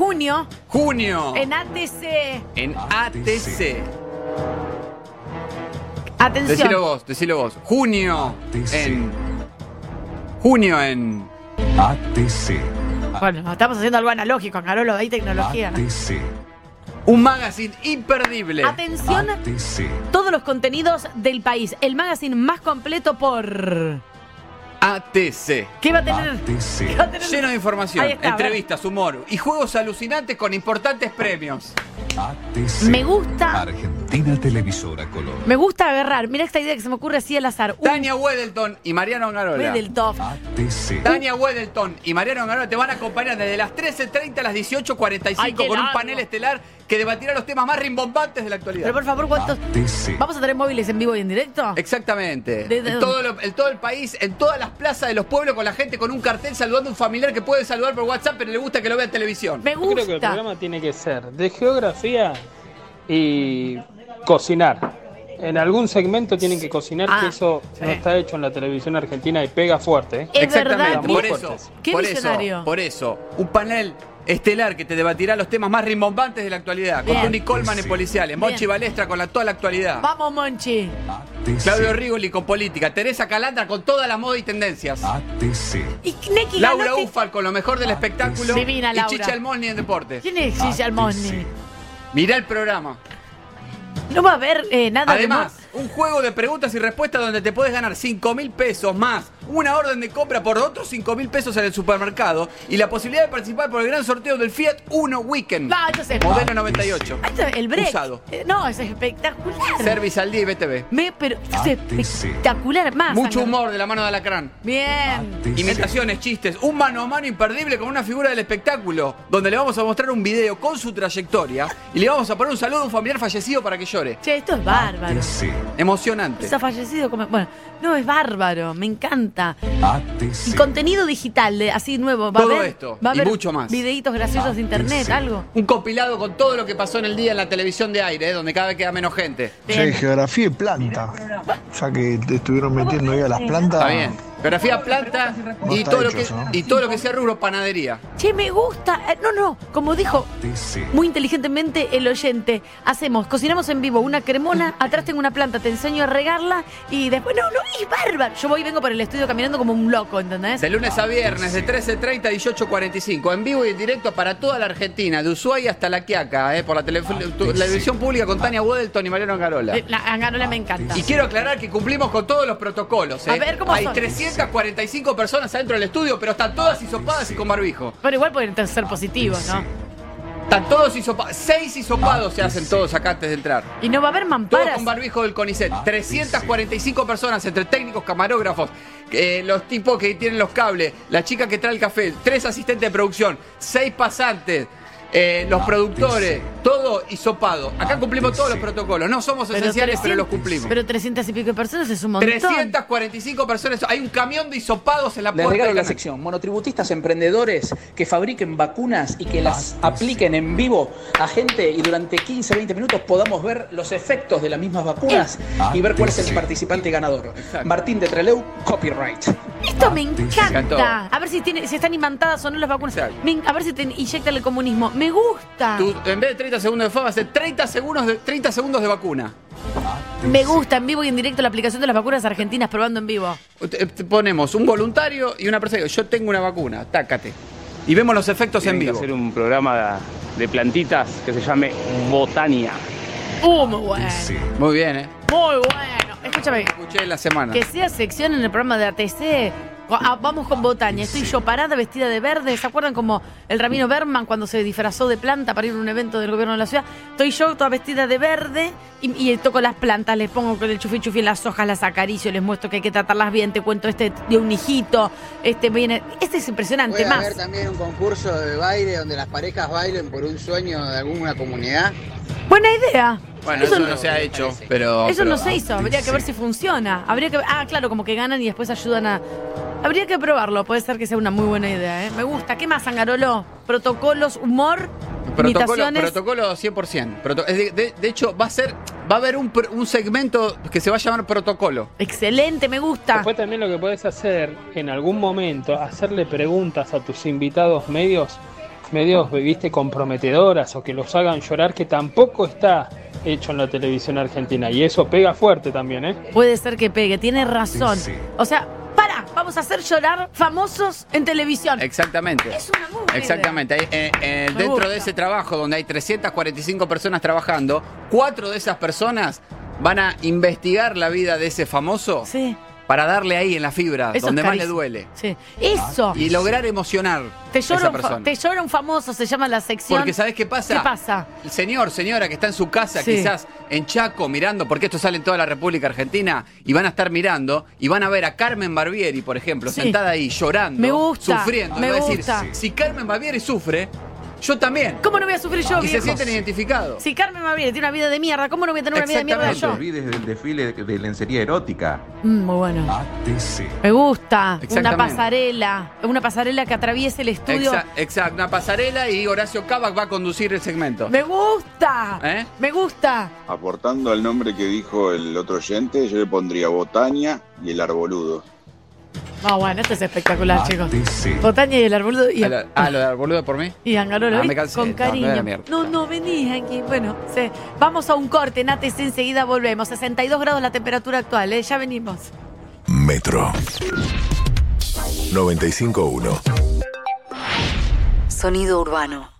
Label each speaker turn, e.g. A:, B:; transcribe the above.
A: junio
B: Junio.
A: en ATC.
B: En ATC.
A: Atención.
B: Decilo vos, decilo vos. Junio.
C: ATC.
B: En. Junio en.
C: ATC.
A: Bueno, estamos haciendo algo analógico, Carolo, hay tecnología. ¿no?
C: ATC.
B: Un magazine imperdible.
A: Atención,
C: ATC.
A: todos los contenidos del país. El magazine más completo por.
B: ATC.
A: ¿Qué va a tener? ¿Qué va a
C: ATC.
A: tener?
B: Lleno de información,
A: Ahí está,
B: entrevistas, humor y juegos alucinantes con importantes premios.
C: ATC.
A: Me gusta.
C: Argentina Televisora Color.
A: Me gusta agarrar. Mira esta idea que se me ocurre así al azar. Un
B: Tania Weddleton y Mariano Angarola.
A: juez del top.
C: ATC.
B: Tania Weddleton y Mariano Angarola te van a acompañar desde las 13.30 a las 18.45
A: Ay, qué
B: con un
A: largo.
B: panel estelar que debatirá los temas más rimbombantes de la actualidad.
A: Pero por favor, ¿cuántos?
C: ATC.
A: ¿Vamos a tener móviles en vivo y en directo?
B: Exactamente.
A: Ah. ¿De- de dónde?
B: en todo, lo- en todo el país, en todas las plazas de los pueblos, con la gente con un cartel saludando a un familiar que puede saludar por WhatsApp, pero le gusta que lo vea en televisión.
A: Me
D: Yo creo que el
A: gusta.
D: programa tiene que ser de geografía y cocinar. En algún segmento tienen que cocinar,
A: Ah,
D: que eso no
A: sí.
D: está hecho en la televisión argentina y pega fuerte. ¿eh?
A: Es verdad,
B: Exactamente.
D: Muy
B: por
A: Cris.
B: eso.
D: fuertes.
A: Qué
B: por
A: visionario.
B: eso. Por eso. Un panel estelar que te debatirá los temas más rimbombantes de la actualidad.
A: Bien.
B: Con Tony Colman en policiales, Mochi
A: Bien.
B: Balestra con la, toda la actualidad.
A: Vamos, Monchi.
C: ATC.
B: Claudio Rigoli con política, Teresa Calandra con toda la moda y tendencias.
C: ATC.
A: Y Neki
B: Laura
A: Galotti-
B: Ufal con lo mejor del espectáculo.
A: Divina,
B: y
A: Laura.
B: Chicha Almoni en deportes.
A: ¿Quién es Gigi Almoni?
B: Mirá el programa.
A: No va a haber eh, nada
B: Además,
A: de
B: un juego de preguntas y respuestas donde te puedes ganar 5 mil pesos más una orden de compra por otros 5 mil pesos en el supermercado y la posibilidad de participar por el gran sorteo del Fiat Uno Weekend.
A: No, yo sé.
B: Modelo 98.
A: Ahí está El break.
B: Usado.
A: Eh, No, es espectacular.
B: Service al día y BTV.
A: Me, pero es
C: ATC.
A: espectacular. Más.
B: Mucho
A: Sandra.
B: humor de la mano de Alacrán.
A: Bien.
B: Imitaciones, chistes, un mano a mano imperdible con una figura del espectáculo, donde le vamos a mostrar un video con su trayectoria y le vamos a poner un saludo a un familiar fallecido para que llore.
A: Che, esto es bárbaro.
C: ATC.
B: Emocionante.
A: Está fallecido como. Bueno, no, es bárbaro. Me encanta. Y
C: ATC.
A: contenido digital, de, así nuevo. Va a
B: Todo
A: haber-
B: esto,
A: Va a
B: y
A: haber
B: mucho más.
A: Videitos graciosos de internet,
C: ATC.
A: algo.
B: Un compilado con todo lo que pasó en el día en la televisión de aire, eh, donde cada vez queda menos gente.
E: Che,
A: Bien.
E: geografía y planta. Ya que te estuvieron metiendo ahí a las plantas.
B: Está bien. Geografía planta y
E: está
B: todo lo
E: Ah. hecho
B: que
E: eso, ¿no?
B: y todo lo que sea rubro panadería.
A: Che, me gusta. Eh, No, no, como dijo
C: ATC.
A: muy inteligentemente el oyente, hacemos, cocinamos en vivo una cremona, atrás tengo una planta, te enseño a regarla y después, no, no, es bárbaro. Yo voy y vengo por el estudio caminando como un loco, ¿entendés?
B: De lunes a viernes, de 13.30 a 18.45, en vivo y en directo para toda la Argentina, de Ushuaia hasta La Quiaca, eh, por la,
E: Ah,
B: telef- tu- la televisión pública con Tania Weddleton y Mariano Carola.
A: Eh, La Angarola me encanta.
B: Y quiero aclarar que cumplimos con todos los protocolos. ¿eh?
A: A ver, ¿cómo
B: Hay
A: son?
B: 345 personas adentro del estudio, pero están todas hisopadas y con barbijo.
A: Pero igual pueden ser positivos, ¿no?
B: Están todos hisopados. Seis hisopados se hacen todos acá antes de entrar.
A: Y no va a haber
B: Todos
A: mamparas.
B: con barbijo del
F: Ah,
B: CONICET. 345 personas entre técnicos, camarógrafos, eh, los tipos que tienen los cables, la chica que trae el café, tres asistentes de producción, seis pasantes. eh, los productores, todo hisopado.
F: Ah,
B: Acá cumplimos todos los protocolos. No somos esenciales, pero
A: 300
B: los cumplimos.
A: Pero 300 y pico de personas es un montón.
B: 345 personas. Hay un camión de hisopados en la
F: Les
B: puerta.
F: regalo
B: del
F: la
B: canal.
F: sección. Monotributistas emprendedores que fabriquen vacunas y que las apliquen en vivo a gente y durante 15, 20 minutos podamos ver los efectos de las mismas vacunas y ver cuál es el participante ganador. Martín de Treleu, copyright.
A: Esto me
B: encantó.
A: encanta. A ver si, tiene, si están imantadas o no las vacunas.
B: Exacto.
A: Me en- a ver si te inyectan el comunismo. Me gusta.
B: Tú, en vez de 30 segundos de fama, hace 30 segundos de, 30 segundos de vacuna.
A: Me gusta en vivo y en directo la aplicación de las vacunas argentinas probando en vivo.
B: Te- te Ponemos un voluntario y una persona. que dice, Yo tengo una vacuna, tácate. Y vemos los efectos en
G: Tienen que
B: vivo.
G: hacer un programa de plantitas que se llame Botania.
A: Uh, muy bueno.
B: Muy bien, ¿eh?
A: Muy bueno. Escúchame,
B: Escuché en la semana.
A: que sea sección en el programa de ATC. co- ah, Vamos con Botania. Estoy yo parada, vestida de verde. ¿Se acuerdan como el Ramiro Berman cuando se disfrazó de planta para ir a un evento del gobierno de la ciudad? Estoy yo toda vestida de verde y, y toco las plantas, les pongo con el chufi chufi las hojas, las acaricio, les muestro que hay que tratarlas bien. Te cuento este de un hijito, este viene. Este es impresionante,
H: Puede haber
A: más.
H: también un concurso de baile donde las parejas bailen por un sueño de alguna comunidad.
A: Buena idea.
B: Bueno, eso, no se ha hecho, pero.
A: Eso
B: pero- ah,
A: no se hizo, habría que ver si funciona. Habría que Ah, claro, como que ganan y después ayudan a. Habría que probarlo, puede ser que sea una muy buena idea, ¿eh? Me gusta. ¿Qué más, Angarolo? Protocolos, humor,
B: Protocolo,
A: imitaciones.
B: protocolo 100%. Proto- es de, de- de hecho, va a ser. Va a haber un, pr- un segmento que se va a llamar protocolo.
A: Excelente, me gusta.
D: Después también lo que podés hacer en algún momento, hacerle preguntas a tus invitados medios medios, viste, comprometedoras o que los hagan llorar, que tampoco está hecho en la televisión argentina. Y eso pega fuerte también, ¿eh?
A: Puede ser que pegue, tiene razón.
C: Sí.
A: O sea, para, vamos a hacer llorar famosos en televisión.
B: Exactamente.
A: Es una muy buena
B: Exactamente. Ahí, eh, eh,
A: Me
B: dentro
A: gusta.
B: de ese trabajo donde hay 345 personas trabajando, cuatro de esas personas van a investigar la vida de ese famoso
A: idea. Sí.
B: para darle ahí en la fibra,
A: Eso es
B: Ah, donde más le
A: carísimo.
B: duele. Ah,
A: Sí. Eso.
B: Y lograr emocionar
A: Te
B: a
A: llora,
B: esa
A: un fa-
B: persona.
A: te llora un famoso, se llama la sección.
B: Porque ¿sabes qué pasa?
A: ¿Qué pasa?
B: El señor, señora que está en su casa,
A: Sí.
B: quizás en Chaco, mirando, porque esto sale en toda la República Argentina, y van a estar mirando, y van a ver a Carmen Barbieri, por ejemplo,
A: Sí.
B: sentada ahí llorando,
A: Me gusta,
B: sufriendo.
A: me
B: y va a decir,
A: gusta.
B: si Carmen Barbieri sufre, yo también.
A: ¿Cómo no voy a sufrir yo,
B: y se
A: viejo?
B: sienten identificados.
A: Si Carmen Mavrile tiene una vida de mierda, ¿cómo no voy a tener una vida de mierda
I: No te
A: yo?
B: Exactamente.
I: olvides del desfile de lencería erótica.
A: Mm, muy bueno.
C: ATC.
A: Me gusta. Una
B: Exactamente.
A: pasarela. Una pasarela que atraviese el estudio.
B: Exa- Exacto, una pasarela y Horacio Cabac va a conducir el segmento.
A: Me gusta.
B: ¿Eh?
A: Me gusta.
J: Aportando al nombre que dijo el otro oyente, yo le pondría Botaña y el Arboludo.
A: No, bueno, esto es espectacular, chicos.
C: ATC.
A: Botaña y el árbol y,
B: Ah, A la- Ah, lo del boludo por mí.
A: y Angarola,
B: Ah, me
A: ¿viste?
B: cansé.
A: con
B: No, me da
A: cariño.
B: mierda.
A: No, no, vení aquí. Bueno, sí. vamos a un corte, Nates, enseguida volvemos. 62 grados la temperatura actual, ¿eh? ya venimos.
K: Metro 95.1.
L: Sonido urbano.